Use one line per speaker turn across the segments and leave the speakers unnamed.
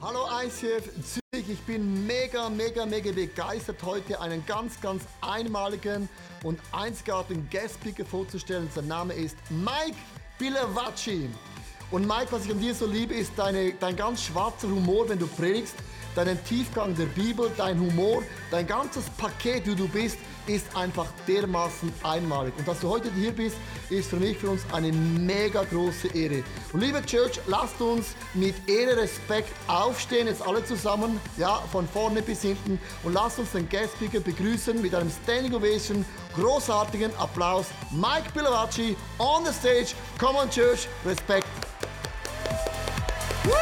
Kreisschiff Zürich. Ich bin mega, mega, mega begeistert, heute einen ganz, ganz einmaligen und einzigartigen Guest Speaker vorzustellen. Sein Name ist Mike Bilawacci. Und Mike, was ich an dir so liebe, ist deine, dein ganz schwarzer Humor, wenn du predigst, deinen Tiefgang der Bibel, dein Humor, dein ganzes Paket, wie du bist, ist einfach dermaßen einmalig. Und dass du heute hier bist, ist für mich, für uns eine mega große Ehre. Und liebe Church, lasst uns mit Ehre, Respekt aufstehen, jetzt alle zusammen, ja, von vorne bis hinten. Und lasst uns den Guest Speaker begrüßen mit einem Standing Ovation, großartigen Applaus. Mike Pilavacci on the stage. Come on, Church, Respekt. Woo!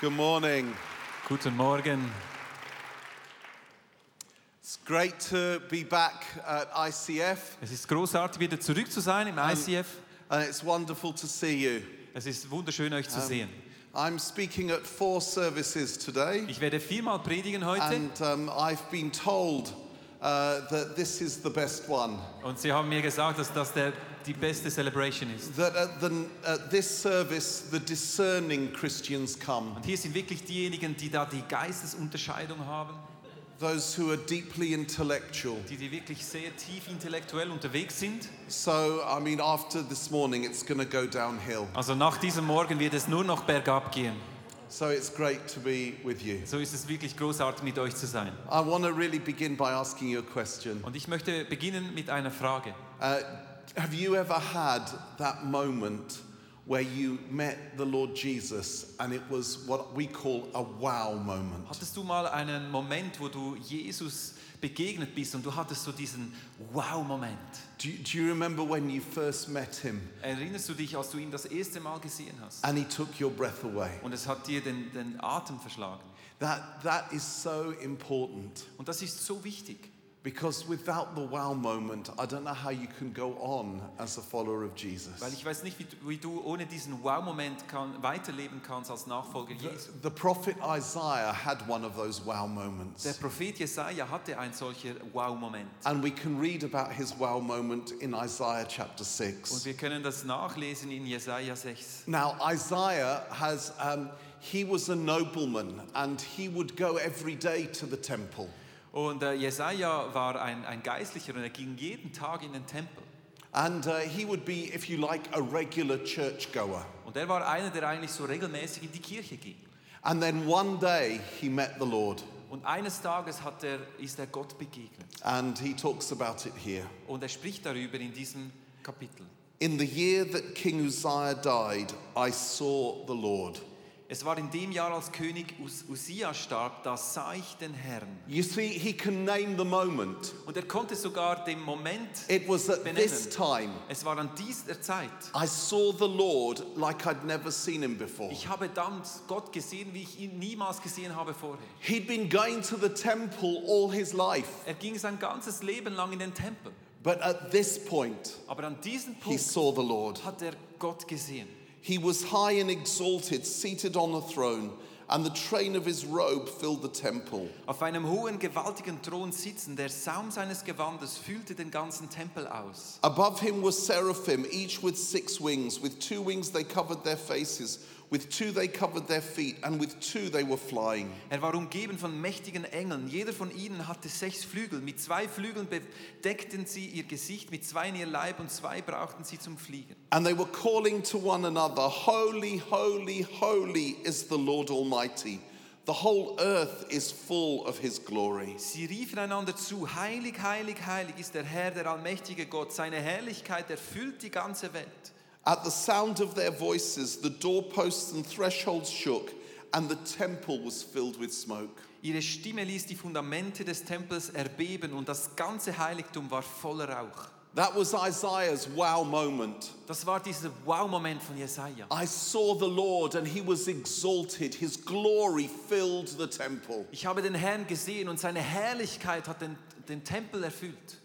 Good morning.
Guten Morgen.
It's great to be back at ICF,
Es ist großartig, wieder zurück zu sein im ICF.
and it's wonderful to see you.
Es ist wunderschön, euch zu sehen.
I'm speaking at four services today,
Ich werde viermal predigen heute
and um, I've been told uh, that this is the best one.
und sie haben mir gesagt, dass das der, die beste Celebration ist.
That at, the, at this service, the discerning Christians come,
Und hier sind wirklich diejenigen, die da die Geistesunterscheidung haben,
those who are deeply intellectual.
die, die wirklich sehr tief intellektuell unterwegs sind.
So, I mean, after this morning, it's going to go downhill.
Also nach diesem Morgen wird es nur noch bergab gehen.
So, it's great to be with you.
So ist es wirklich großartig, mit euch zu sein.
I want to really begin by asking you a question.
Und ich möchte beginnen mit einer Frage.
Uh, have you ever had that moment where you met the Lord Jesus and it was what we call a wow moment?
Hattest du mal einen Moment, wo du Jesus begegnet bist und du hattest so diesen Wow-Moment?
Do you, do you remember when you first met him
Erinnerst du dich, als du ihn das erste Mal gesehen hast?
and he took your breath away?
Und es hat dir den, den Atem verschlagen.
That, that is so important
Und das ist so wichtig,
because without the wow moment, I don't know how you can go on as a follower of Jesus.
weil ich weiß nicht, wie, du- wie du ohne diesen Wow-Moment kann, weiterleben kannst als Nachfolger Jesu.
The prophet Isaiah had one of those wow
Der
moments.
Prophet Jesaja hatte einen solchen Wow-Moment.
And we can read about his wow moment in Isaiah chapter
Und
6.
wir können das nachlesen in Jesaja 6.
Now, Isaiah has, um, he was a nobleman and he would go every day to the temple.
Und äh, Jesaja war ein, ein Geistlicher und er ging jeden Tag in den Tempel.
And uh, he would be, if you like, a regular churchgoer.
Und er war einer, der eigentlich so regelmäßig in die Kirche ging.
And then one day he met the Lord
Und eines Tages hat er, ist er Gott begegnet.
and he talks about it here.
Und er spricht darüber in diesem Kapitel.
In the year that King Uzziah died, I saw the Lord.
Es war in dem Jahr, als König Us Usia starb, da sah ich den Herrn.
You see, he can name the moment.
Und er konnte sogar den Moment,
It was at
Benennen.
this time.
es war an dieser Zeit.
I saw the Lord like I'd never seen him before.
Ich habe dann Gott gesehen, wie ich ihn niemals gesehen habe vorher.
He'd been going to the temple all his life.
Er ging sein ganzes Leben lang in den Tempel.
But at this point,
Aber an diesem
he
Punkt
saw the Lord.
hat er Gott gesehen.
He was high and exalted, seated on a throne, and the train of his robe filled the temple.
Auf einem hohen, gewaltigen Thron sitzen, der Saum seines Gewandes füllte den ganzen Tempel aus.
Above him were seraphim, each with six wings. With two wings they covered their faces, with two they covered their feet, and with two they were flying.
Er war umgeben von mächtigen Engeln. Jeder von ihnen hatte sechs Flügel. Mit zwei Flügeln bedeckten sie ihr Gesicht, mit zwei in ihr Leib und zwei brauchten sie zum Fliegen.
And they were calling to one another, Holy, holy, holy is the Lord Almighty. The whole earth is full of his glory.
Sie riefen einander zu, heilig, heilig, heilig ist der Herr, der allmächtige Gott. Seine Herrlichkeit erfüllt die ganze Welt.
At the sound of their voices, the doorposts and thresholds shook, and the temple was filled with smoke.
Ihre Stimme ließ die Fundamente des Tempels erbeben und das ganze Heiligtum war voller Rauch.
That was Isaiah's wow moment.
Das war dieser Wow-Moment von Jesaja.
I saw the Lord, and he was exalted. His glory filled the temple.
Ich habe den Herrn gesehen und seine Herrlichkeit hat den, den Tempel erfüllt.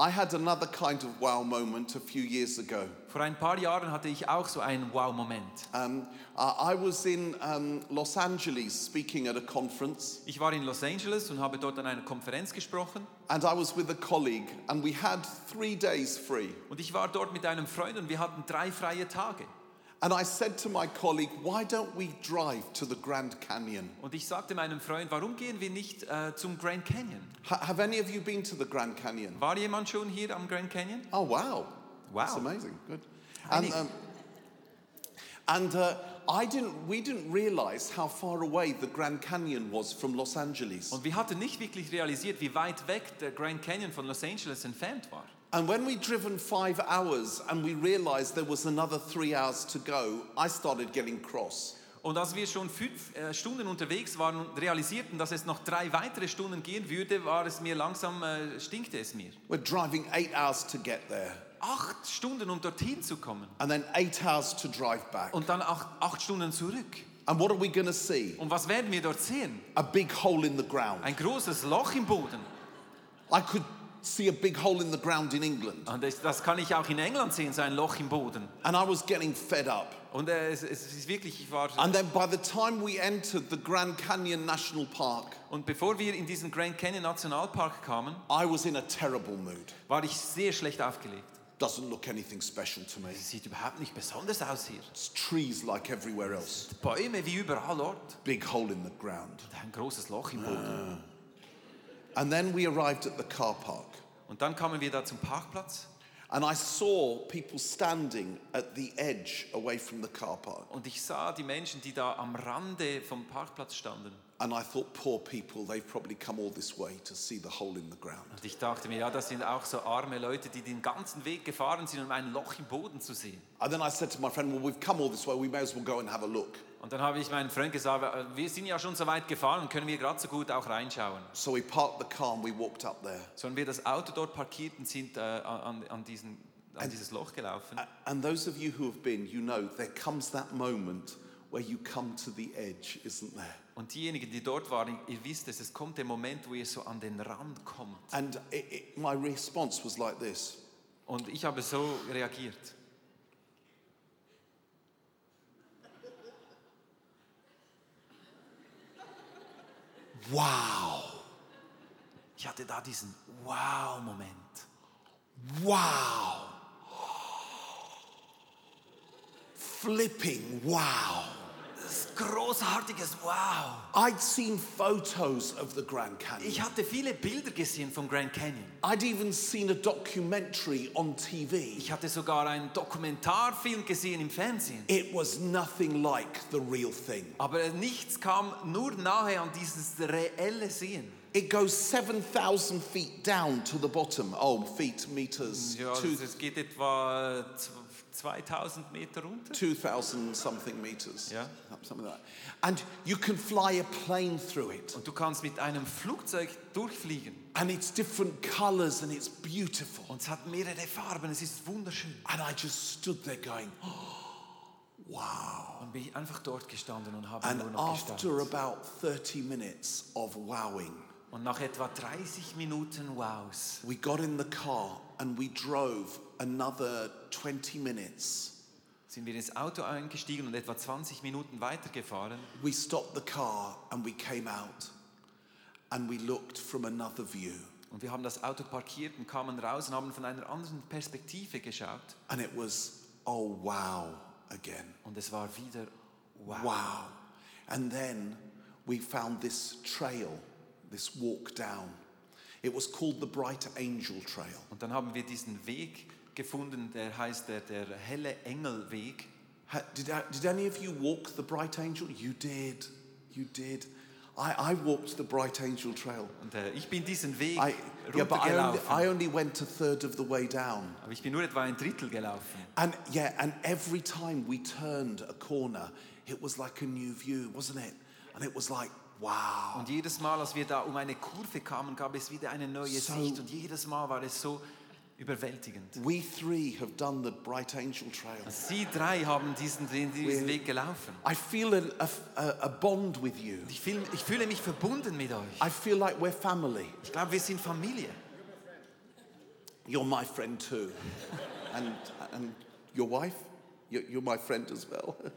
I had another kind of wow moment a few years ago.
Vor ein paar Jahren hatte ich auch so einen Wow-Moment.
Um, I I was in um, Los Angeles speaking at a conference,
Ich war in Los Angeles und habe dort an einer Konferenz gesprochen
and I was with a colleague, and we had three days free.
und ich war dort mit einem Freund und wir hatten drei freie Tage.
And I said to my colleague, Why don't we drive to the Grand Canyon?
Und ich sagte meinem Freund, warum gehen wir nicht äh, zum Grand Canyon?
Ha have any of you been to the Grand Canyon?
War jemand schon hier am Grand Canyon?
Oh, wow.
Wow.
That's amazing. Good.
I
And,
need-
um, and uh, I didn't, we didn't realize how far away the Grand Canyon was from Los Angeles.
Und wir hatten nicht wirklich realisiert, wie weit weg der Grand Canyon von Los Angeles entfernt war.
And when we'd driven five hours and we realized there was another three hours to go, I started getgetting cross.
Und als wir schon fünf äh, Stunden unterwegs waren und realisierten, dass es noch drei weitere Stunden gehen würde, war es mir langsam, äh, stinkte es mir.
We're driving eight hours to get there
Acht Stunden, um dorthin zu kommen.
and then eight hours to drive back.
Und dann acht, acht Stunden zurück.
And what are we going to see?
Und was werden wir dort sehen?
A big hole in the ground.
Ein großes Loch im Boden.
I could see a big hole in the ground in England.
Und das, das kann ich auch in England sehen, so ein Loch im Boden.
And I was getting fed up.
Und äh, es, es ist wirklich, ich war...
And then by the time we entered the Grand Canyon National Park,
Und bevor wir in diesen Grand Canyon Nationalpark kamen,
I was in a terrible mood.
war ich sehr schlecht aufgelegt.
Doesn't look anything special to me.
Es sieht überhaupt nicht besonders aus hier.
It's trees like everywhere else.
Bäume wie überall dort.
Big hole in the ground.
Ein großes Loch im Boden.
And then we arrived at the car park.
Und dann kamen wir da zum Parkplatz
And I saw people standing at the edge away from the car park.
und ich sah die Menschen, die da am Rande vom Parkplatz standen.
And I thought, poor people, they've probably come all this way to see the hole in the ground.
Und ich dachte mir, ja, das sind auch so arme Leute, die den ganzen Weg gefahren sind, um ein Loch im Boden zu sehen.
And then I said to my friend, well, we've come all this way, we may as well go and have a look.
Und dann habe ich meinem Freund gesagt, äh, wir sind ja schon so weit gefahren, können wir gerade so gut auch reinschauen.
So we parked the car and we walked up there.
Sondern wir das Auto dort parkierten, sind äh, an, an, diesen, an dieses Loch gelaufen.
A- And those of you who have been, you know, there comes that moment where you come to the edge, isn't there?
Und diejenigen, die dort waren, ihr wisst es, es kommt der Moment, wo ihr so an den Rand kommt.
And it, it, my response was like this
Und ich habe so reagiert.
Wow,
Ich hatte da diesen Wow-Moment.
wow, flipping wow.
Das ist großartiges Wow.
I'd seen photos of the Grand Canyon.
Ich hatte viele Bilder gesehen vom Grand Canyon.
I'd even seen a documentary on TV.
Ich hatte sogar einen Dokumentarfilm gesehen im Fernsehen.
It was nothing like the real thing.
Aber nichts kam nur nahe an dieses reelle Sehen.
It goes 7,000 feet down to the bottom. Oh, feet, meters,
Ja, also
two-
es geht etwa äh, zw- 2000 Meter runter.
2,000 something meters.
Yeah.
Something like that. And you can fly a plane through it.
Und du kannst mit einem Flugzeug durchfliegen.
And it's different colors and it's beautiful.
Und es hat mehrere Farben, es ist wunderschön.
And I just stood there going, wow.
Und bin ich einfach dort gestanden und habe
And
nur noch
after
gestanden.
about 30 minutes of wowing,
Und nach etwa 30 Minuten Wows
we got in the car and we drove another 20 minutes.
sind wir ins Auto eingestiegen und etwa 20 Minuten weitergefahren.
We stopped the car and we came out and we looked from another view.
Und wir haben das Auto parkiert und kamen raus und haben von einer anderen Perspektive geschaut.
And it was, oh, wow, again.
Und es war wieder wow.
Wow. And then we found this trail, this walk down. It was called the Bright Angel Trail.
Und dann haben wir diesen Weg gefunden, der heißt der, der helle Engelweg.
Ha- Did, a- did any of you walk the Bright Angel? You did. You did. I, I walked the Bright Angel Trail.
Und äh, ich bin diesen Weg
I, yeah, but I only,
runtergelaufen.
I only went a third of the way down.
aber ich bin nur etwa ein Drittel gelaufen.
And yeah, and every time we turned a corner, it was like a new view, wasn't it? And it was like, wow.
Und jedes Mal, als wir da um eine Kurve kamen, gab es wieder eine neue
So-
Sicht. Und jedes Mal war es so überwältigend.
We three have done the Bright Angel Trail.
Sie drei haben diesen, den- diesen Weg gelaufen.
I feel a, a, a bond with you.
Ich fühle, ich fühle mich verbunden mit euch.
I feel like we're family.
Ich glaube, wir sind Familie.
You're my friend too. and, and your wife, you're, you're my friend as well.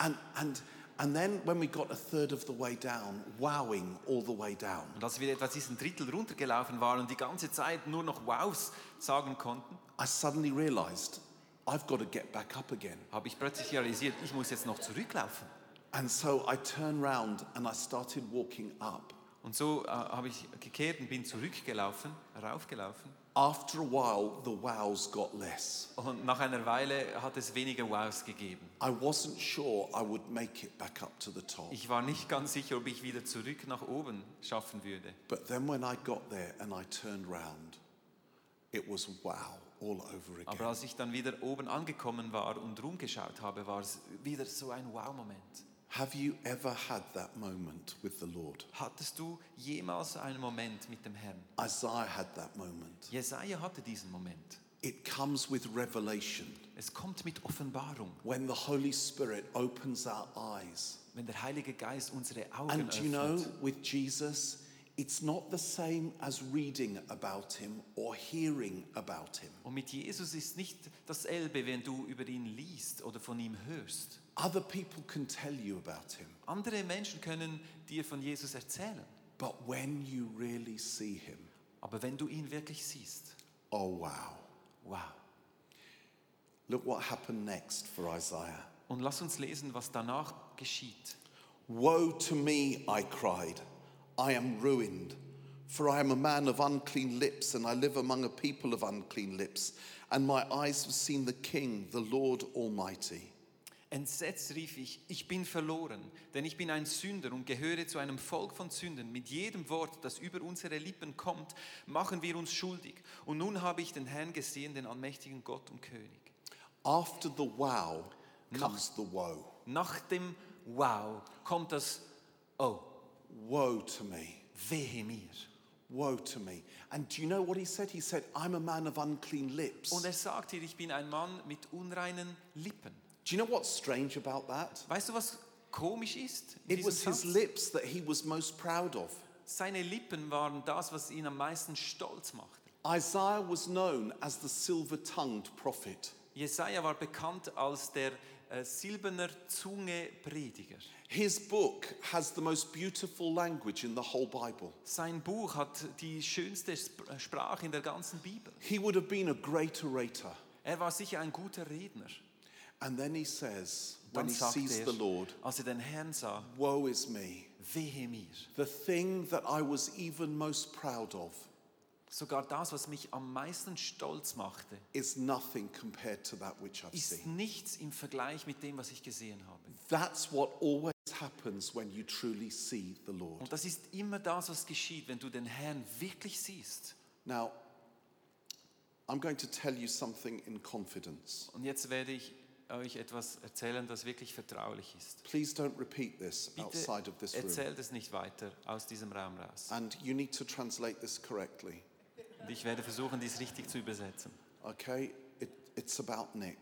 and, and, and then when we got a third of the way down, wowing all the way down.
Und als wir etwa diesen Drittel runtergelaufen waren und die ganze Zeit nur noch Wows sagen konnten,
I suddenly realized I've got to get back up again.
habe ich plötzlich realisiert, ich muss jetzt noch zurücklaufen.
And so I turned round and I started walking up.
Und so äh, habe ich gekehrt und bin zurückgelaufen, raufgelaufen.
After a while, the wows got less.
Und nach einer Weile hat es weniger Wows gegeben.
I wasn't sure I would make it back up to the top.
Ich war nicht ganz sicher, ob ich wieder zurück nach oben schaffen würde.
But then when I got there and I turned round, it was wow all over
Aber
again.
als ich dann wieder oben angekommen war und rumgeschaut habe, war es wieder so ein Wow-Moment.
Have you ever had that moment with the Lord?
Hattest du jemals einen Moment mit dem Herrn?
Isaiah had that moment.
Jesaja hatte diesen Moment.
It comes with revelation
Es kommt mit Offenbarung,
when the Holy Spirit opens our eyes.
wenn der Heilige Geist unsere Augen
And you know,
öffnet.
with Jesus, it's not the same as reading about him or hearing about him.
Und mit Jesus ist nicht dasselbe, wenn du über ihn liest oder von ihm hörst.
Other people can tell you about him,
Andere Menschen können dir von Jesus erzählen,
but when you really see him,
aber wenn du ihn wirklich siehst,
oh wow.
wow.
Look what happened next for Isaiah.
Und lass uns lesen, was danach geschieht.
Woe to me, I cried. I am ruined, for I am a man of unclean lips, and I live among a people of unclean lips, and my eyes have seen the King, the Lord Almighty.
Entsetzt rief ich, ich bin verloren, denn ich bin ein Sünder und gehöre zu einem Volk von Sündern. Mit jedem Wort, das über unsere Lippen kommt, machen wir uns schuldig. Und nun habe ich den Herrn gesehen, den allmächtigen Gott und König.
After the wow comes the woe.
Nach dem Wow kommt das Oh,
Woe to me.
wehe mir.
Woe to me. And do you know what he said? He said, I'm a man of unclean lips.
Und er sagt hier, ich bin ein Mann mit unreinen Lippen.
Do you know what's strange about that?
Weißt du, was komisch ist?
It
in diesem
was his
Satz?
lips that he was most proud of.
Seine Lippen waren das, was ihn am meisten stolz machte.
Isaiah was known as the silver tongued prophet.
Jesaja war bekannt als der äh, silberner Zunge Prediger.
His book has the most beautiful language in the whole Bible.
Sein Buch hat die schönste Sp äh, Sprache in der ganzen Bibel.
He would have been a great orator.
Er war sicher ein guter Redner.
And then he says, when
Dann
he
sagte
sees
er,
the Lord,
als er den Herrn sah,
Woe is me.
wehe mir.
The thing that I was even most proud of
Sogar das, was mich am meisten stolz machte,
is nothing compared to that which I've
ist
seen.
nichts im Vergleich mit dem, was ich gesehen habe.
That's what always happens when you truly see the Lord.
Und das ist immer das, was geschieht, wenn du den Herrn wirklich siehst.
Now, I'm going to tell you something in confidence.
Und jetzt werde ich euch etwas erzählen, das wirklich vertraulich ist.
Please don't repeat this outside
Bitte
of this room.
erzählt es nicht weiter aus diesem Raum raus.
And you need to translate this correctly.
Und ich werde versuchen, dies richtig zu übersetzen.
Okay, it, it's about Nick.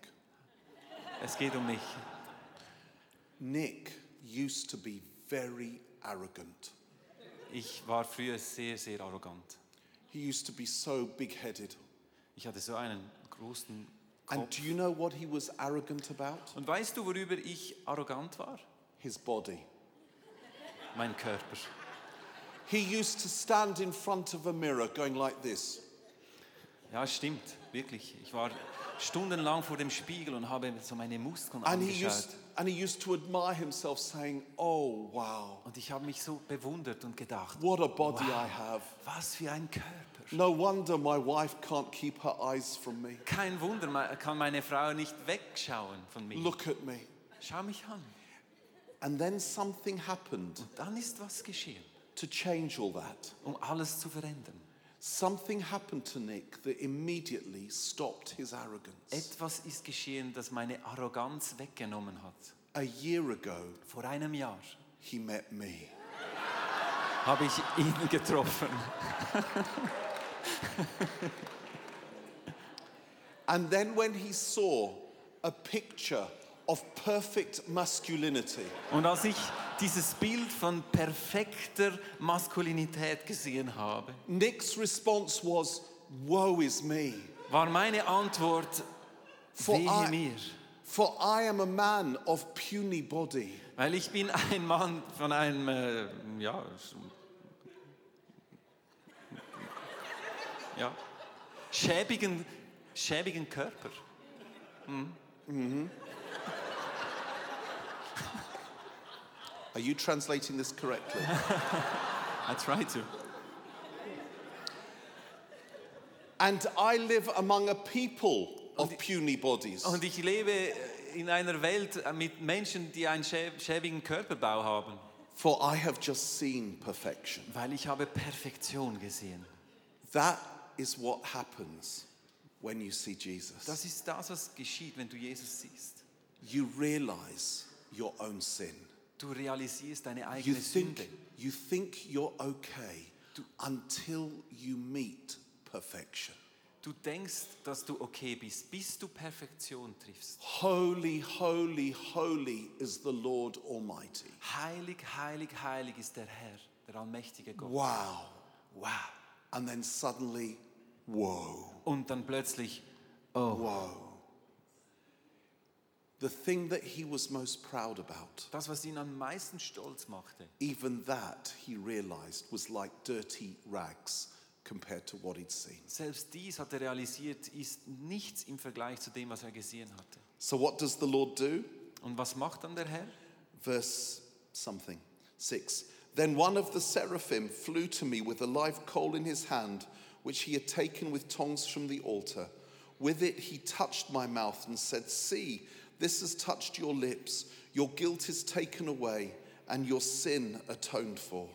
Es geht um mich.
Nick used to be very arrogant.
Ich war früher sehr, sehr arrogant.
He used to be so big headed.
Ich hatte so einen großen
And
Kopf.
do you know what he was arrogant about?
Und weißt du, worüber ich arrogant war?
His body.
Mein Körper.
He used to stand in front of a mirror going like this.
Ja, es stimmt, wirklich. Ich war stundenlang vor dem Spiegel und habe so meine Muskeln
And he,
angeschaut.
used, and he used to admire himself, saying, Oh, wow,
Und ich habe mich so bewundert und gedacht,
what a body I have.
was für ein Körper.
No wonder my wife can't keep her eyes from me.
Kein Wunder, me- kann meine Frau nicht wegschauen von mir.
Look at me.
Schau mich an.
And then something happened
Dann ist was geschehen,
to change all that.
um alles zu verändern.
Something happened to Nick that immediately stopped his arrogance.
Etwas ist geschehen, das meine Arroganz weggenommen hat.
A year ago,
Vor einem Jahr
he met me.
habe ich ihn getroffen.
And then, when he saw a picture of perfect masculinity,
Und als ich dieses Bild von perfekter Maskulinität gesehen habe,
Nick's response was, Woe is me,
war meine Antwort,
for
wehe
I,
mir.
for I am a man of puny body.
Weil ich bin ein Mann von einem, äh, ja, sch- ja, schäbigen, schäbigen Körper.
Are you translating this correctly?
I try to.
and I live among a people of puny bodies.
Und ich lebe äh, in einer Welt mit Menschen, die einen schä- schäbigen Körperbau haben,
For I have just seen perfection.
weil ich habe Perfektion gesehen.
That is what happens when you see Jesus.
Das ist das, was geschieht, wenn du Jesus siehst.
You realize your own sin.
Du realisierst deine
You
eigene Sünde.
think, you think you're okay until you meet perfection.
Du denkst, dass du okay bist, bis du Perfektion triffst.
Holy, holy, holy is the Lord Almighty.
Heilig, heilig, heilig ist der Herr, der allmächtige Gott.
Wow.
Wow.
And then suddenly, whoa.
Und dann plötzlich,
The thing that he was most proud about,
das, was ihn am meisten stolz machte,
even that he realized was like dirty rags compared to what he'd seen.
selbst dies hat er realisiert, ist nichts im Vergleich zu dem, was er gesehen hatte.
So, what does the Lord do?
Und was macht dann der Herr?
verse something, six. Then one of the seraphim flew to me with a live coal in his hand, which he had taken with tongs from the altar. With it he touched my mouth and said, See, this has touched your lips. Your guilt is taken away and your sin atoned for.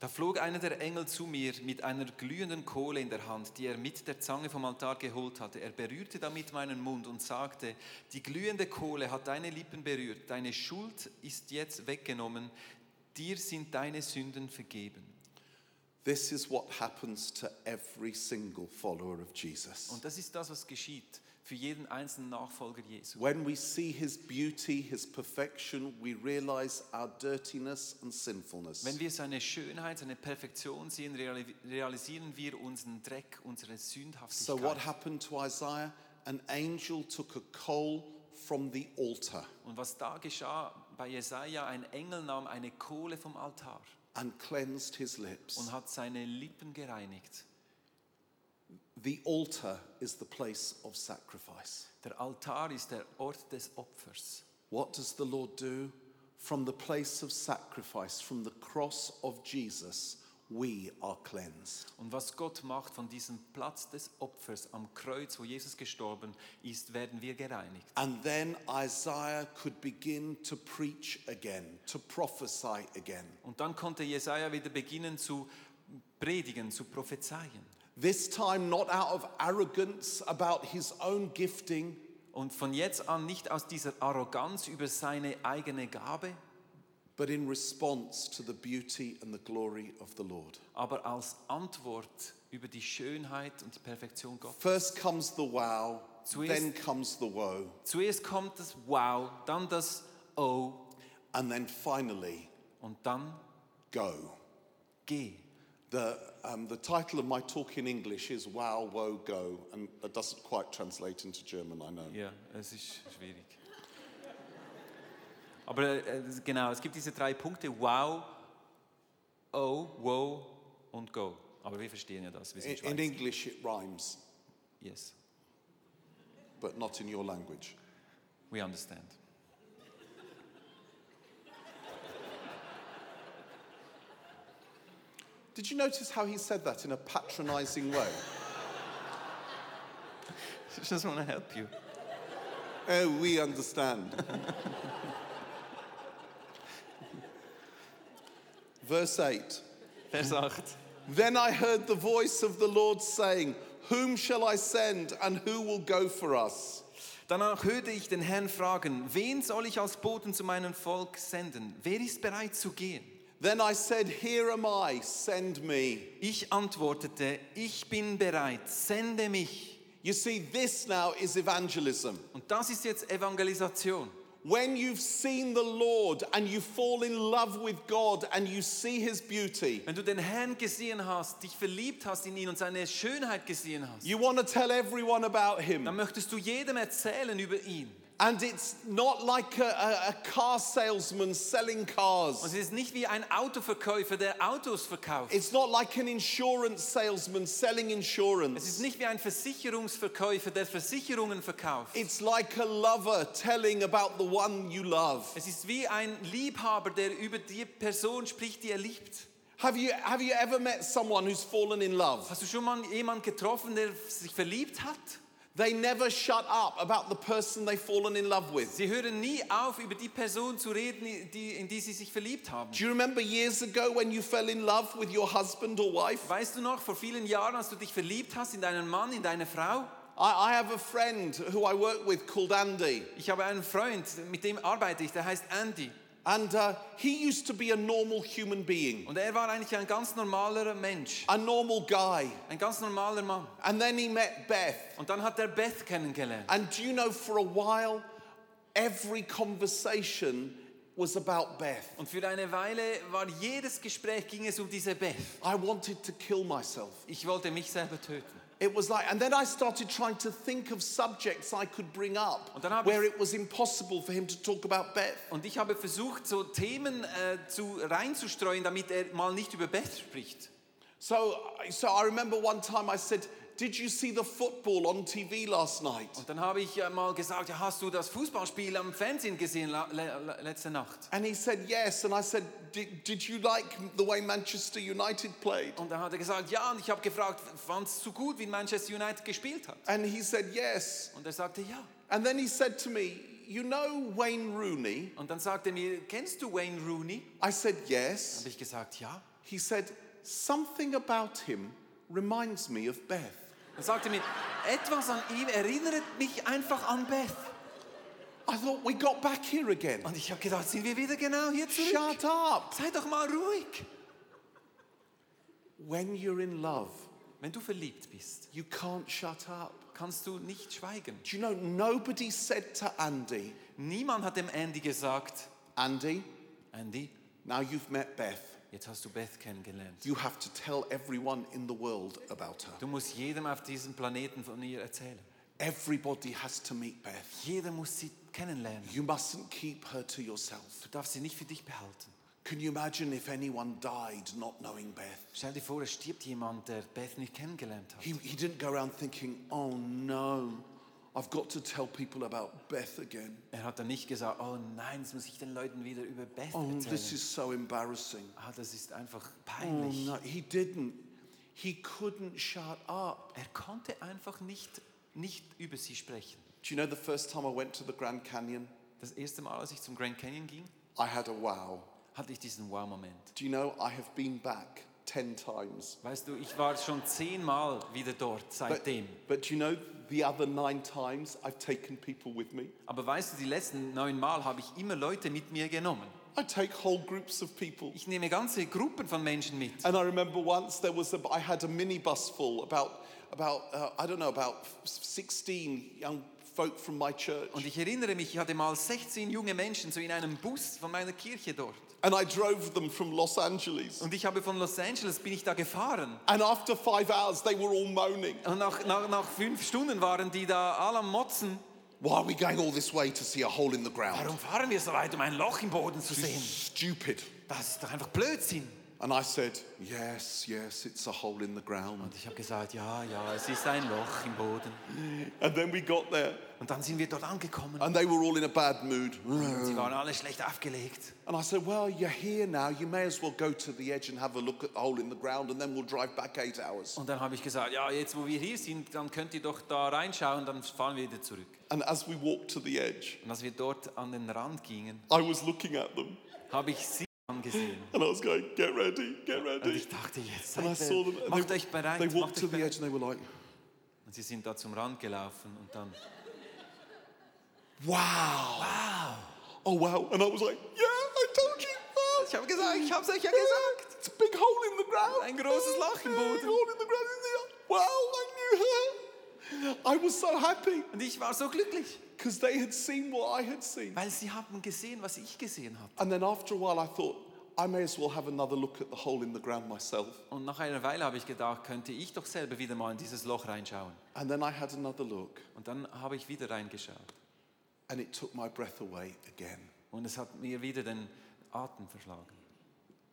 Da flog einer der Engel zu mir mit einer glühenden Kohle in der Hand, die er mit der Zange vom Altar geholt hatte. Er berührte damit meinen Mund und sagte, die glühende Kohle hat deine Lippen berührt, deine Schuld ist jetzt weggenommen, dir sind deine Sünden vergeben.
This is what happens to every single follower of Jesus.
Und das ist das, was geschieht für jeden einzelnen Nachfolger Jesu.
When we see his beauty, his perfection, we realize our dirtiness and sinfulness.
Wenn wir seine Schönheit, seine Perfektion sehen, reali- realisieren wir unseren Dreck, unsere
So, what
Sündhaftigkeit.
happened to Isaiah? An angel took a coal from the altar
Und was da geschah bei Jesaja, ein Engel nahm eine Kohle vom Altar.
and cleansed his lips.
und hat seine Lippen gereinigt.
The altar is the place of sacrifice.
Der Altar ist der Ort des Opfers.
What does the Lord do? From the place of sacrifice, from the cross of Jesus, we are cleansed.
Und was Gott macht von diesem Platz des Opfers am Kreuz, wo Jesus gestorben ist, werden wir gereinigt.
And then Isaiah could begin to preach again, to prophesy again.
Und dann konnte Jesaja wieder beginnen zu predigen, zu prophezeien.
This time, not out of arrogance about his own gifting,
Und von jetzt an nicht aus dieser Arroganz über seine eigene Gabe,
but in response to the beauty and the glory of the Lord.
aber als Antwort über die Schönheit und die Perfektion Gottes.
First comes the wow,
Zuerst-
then comes the woe,
Zuerst kommt das Wow, dann das Oh
and then finally,
und dann
go.
Geh.
The, um, the title of my talk in English is Wow, Woe, Go, and that doesn't quite translate into German, I know.
Ja, es ist schwierig. Aber äh, es- genau, es gibt diese drei Punkte: Wow, Oh, Wow und Go. Aber wir verstehen ja das. Wir sind
In, in
Schweizer.
English, it rhymes,
Yes,
but not in your language.
we understand.
Did you notice how he said that in a patronizing way?
Just want to help you.
oh, we understand. Verse 8.
Vers 8.
Then I heard the voice of the Lord saying, Whom shall I send and who will go for us?
Danach hörte ich den Herrn fragen: Wen soll ich als Boten zu meinem Volk senden? Wer ist bereit zu gehen?
Then I said, Here am I, send me.
Ich antwortete: Ich bin bereit, sende mich.
You see, this now is evangelism.
Und das ist jetzt Evangelisation.
When you've seen the Lord and you fall in love with God and you see his beauty,
Wenn du den Herrn gesehen hast, dich verliebt hast in ihn und seine Schönheit gesehen hast,
you want to tell everyone about
dann
him.
möchtest du jedem erzählen über ihn.
And it's not like a, a, a car salesman selling
Und Also es
cars.
ist nicht wie ein Autoverkäufer, der Autos verkauft.
It's not like an insurance salesman selling
Es ist
insurance.
nicht wie ein Versicherungsverkäufer, der Versicherungen verkauft.
It's like a lover telling about the one you love.
Es ist wie ein Liebhaber, der über die Person spricht, die er liebt.
Have you, have you ever met someone who's fallen in love?
Hast du schon mal jemanden getroffen, der sich verliebt hat?
They never shut up about the person they've fallen in love with.
Sie hören nie auf, über die Person zu reden, die, in die sie sich verliebt haben.
Do you remember years ago when you fell in love with your husband or wife?
Weißt du noch, vor vielen Jahren, als du dich verliebt hast in deinen Mann, in deine Frau?
I, I have a friend who I work with called Andy,
Ich habe einen Freund, mit dem arbeite ich, der heißt Andy.
and uh, he used to be a normal human being,
Und er war eigentlich ein ganz normaler Mensch,
a normal guy.
ein ganz normaler Mann.
And then he met Beth.
Und dann hat er Beth kennengelernt.
And do you know, for a while, every conversation was about Beth.
Und für eine Weile war jedes Gespräch, ging es um diese Beth.
I wanted to kill myself.
Ich wollte mich selber töten.
It was like, and then I started trying to think of subjects I could bring up
Und dann hab
where
ich-
it was impossible for him to talk about Beth.
Und ich habe versucht, so Themen äh, zu, reinzustreuen, damit er mal nicht über Beth spricht.
So, so I remember one time I said, Did you see the football on TV last night?
Und dann habe ich äh, mal gesagt, ja, hast du das Fußballspiel am Fernsehen gesehen la- le- le- letzte Nacht?
And he said, Yes. And I said, "Did- Did you like the way Manchester United played?
Und dann hat er gesagt, ja. Und ich habe gefragt, fandst du gut, wie Manchester United gespielt hat?
And he said, Yes.
Und er sagte, ja.
And then he said to me, You know Wayne Rooney?
Und dann sagte er mir, kennst du Wayne Rooney?
I said, Yes.
Habe ich gesagt, ja.
He said, Something about him reminds me of Beth.
Dann sagte er mir, etwas an ihm erinnert mich einfach an Beth.
I thought, We got back here again.
Und ich habe gedacht, sind wir wieder genau hier zurück?
Shut up.
Sei doch mal ruhig.
When you're in love,
Wenn du verliebt bist,
you can't shut up.
kannst du nicht schweigen.
Do you know, nobody said to Andy,
Niemand hat dem Andy gesagt,
Andy,
Andy,
now you've met Beth.
jetzt hast du Beth kennengelernt.
You have to tell everyone in the world about her.
Du musst jedem auf diesem Planeten von ihr erzählen.
Everybody has to meet Beth.
Jeder muss sie kennenlernen.
You mustn't keep her to yourself.
Du darfst sie nicht für dich behalten.
Can you imagine if anyone died not knowing Beth?
Stell dir vor, es stirbt jemand, der Beth nicht kennengelernt hat.
He, he didn't go around thinking, oh no, I've got to tell people about Beth again.
Er hat dann nicht gesagt, oh nein, jetzt muss ich den Leuten wieder über Beth
Oh, this
erzählen.
is so embarrassing.
Ah, das ist einfach
Oh
peinlich.
no, he didn't. He couldn't shut up.
Er konnte einfach nicht, nicht über sie sprechen.
Do you know the first time I went to the Grand Canyon?
Das erste Mal, als ich zum Grand Canyon ging,
I had a wow.
hatte ich diesen Wow-Moment.
Do you know I have been back 10 times?
Weißt du, ich war schon zehnmal wieder dort
But,
seitdem.
but do you know the other nine times I've taken people with me?
Aber weißt du, die letzten neun Mal habe ich immer Leute mit mir genommen.
I take whole groups of people.
Ich nehme ganze Gruppen von Menschen mit.
And I remember once there was a, I had a minibus full about, about uh, I don't know, about 16 young folk from my church.
Und ich erinnere mich, ich hatte mal 16 junge Menschen so in einem Bus von meiner Kirche dort.
And I drove them from Los Angeles.
Und ich habe von Los Angeles bin ich da gefahren.
And after five hours, they were all moaning.
Und nach, nach, nach fünf Stunden waren die da alle am Motzen.
Why are we going all this way to see a hole in the ground?
Warum fahren wir so weit, um ein Loch im Boden zu
This is
sehen?
stupid.
Das ist doch einfach Blödsinn.
And I said, Yes, yes, it's a hole in the ground.
Und ich habe gesagt, ja, ja, es ist ein Loch im Boden.
And then we got there,
Und dann sind wir dort angekommen.
and they were all in a bad mood.
Und sie waren alle schlecht aufgelegt.
And I said, Well, you're here now. You may as well go to the edge and have a look at the hole in the ground, and then we'll drive back eight hours.
Und dann habe ich gesagt, ja, jetzt wo wir hier sind, dann könnt ihr doch da reinschauen, dann fahren wir wieder zurück.
And as we walked to the edge,
Und als wir dort an den Rand gingen,
I was looking at them,
habe ich sie angesehen.
and I was going, Get ready, get
Und
ready.
ich dachte, jetzt
And I
seid
saw them.
bereit,
and
macht
they,
euch bereit,
they
macht
walked to
euch
the
bereit.
edge, and they were like,
Und sie sind da zum Rand gelaufen und dann,
Wow. Wow. Oh, wow. And I was like, Yeah, I told you. wow."
Ich habe gesagt, ich habe es euch ja gesagt.
It's a big hole in the ground.
Ein großes Loch im Boden.
Big hole in the ground. Wow, I knew her. I was so happy.
und ich war so glücklich.
because they had seen what I had seen.
weil sie haben gesehen, was ich gesehen habe.
And then after a while, I thought, I may as well have another look at the hole in the ground myself.
Und nach einer Weile habe ich gedacht, könnte ich doch selber wieder mal in dieses Loch reinschauen.
And then I had another look,
Und dann habe ich wieder reingeschaut.
and it took my breath away again.
Und es hat mir wieder den Atem verschlagen.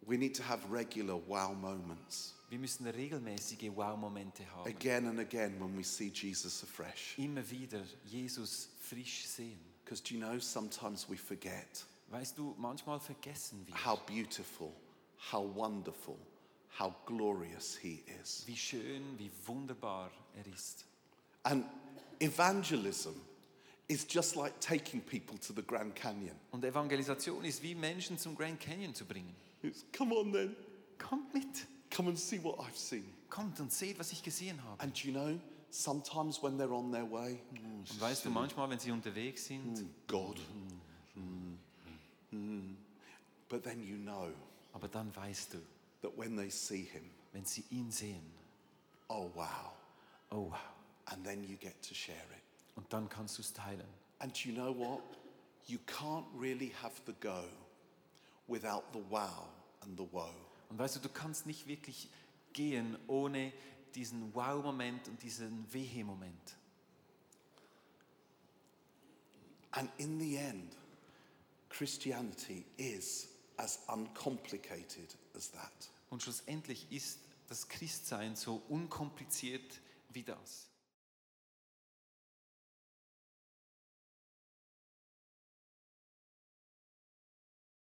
We need to have regular wow moments
Wir müssen regelmäßige Wow-Momente haben.
again and again when we see Jesus afresh.
Immer wieder Jesus frisch sehen.
Because do you know, sometimes we forget
Weißt du, manchmal vergessen wir,
how beautiful, how wonderful, how glorious He is.
wie schön, wie wunderbar er ist.
And evangelism is just like taking people to the Grand Canyon.
Und Evangelisation ist wie Menschen zum Grand Canyon zu bringen.
It's come on then,
Kommt mit,
come and see what I've seen.
kommt und seht, was ich gesehen habe.
And do you know, sometimes when they're on their way,
Und weißt du, manchmal, wenn sie unterwegs sind,
God. Mm. But then you know
aber dann weißt du,
that when they see Him,
wenn sie ihn sehen,
oh wow.
oh wow,
And then you get to share it.
und dann kannst du es teilen.
And do you know what? You can't really have the go without the wow and the woe.
Und weißt du, du kannst nicht wirklich gehen ohne diesen Wow-Moment und diesen Wehe-Moment.
And in the end, Christianity is as uncomplicated as that.
Und schlussendlich ist das Christsein so unkompliziert wie das.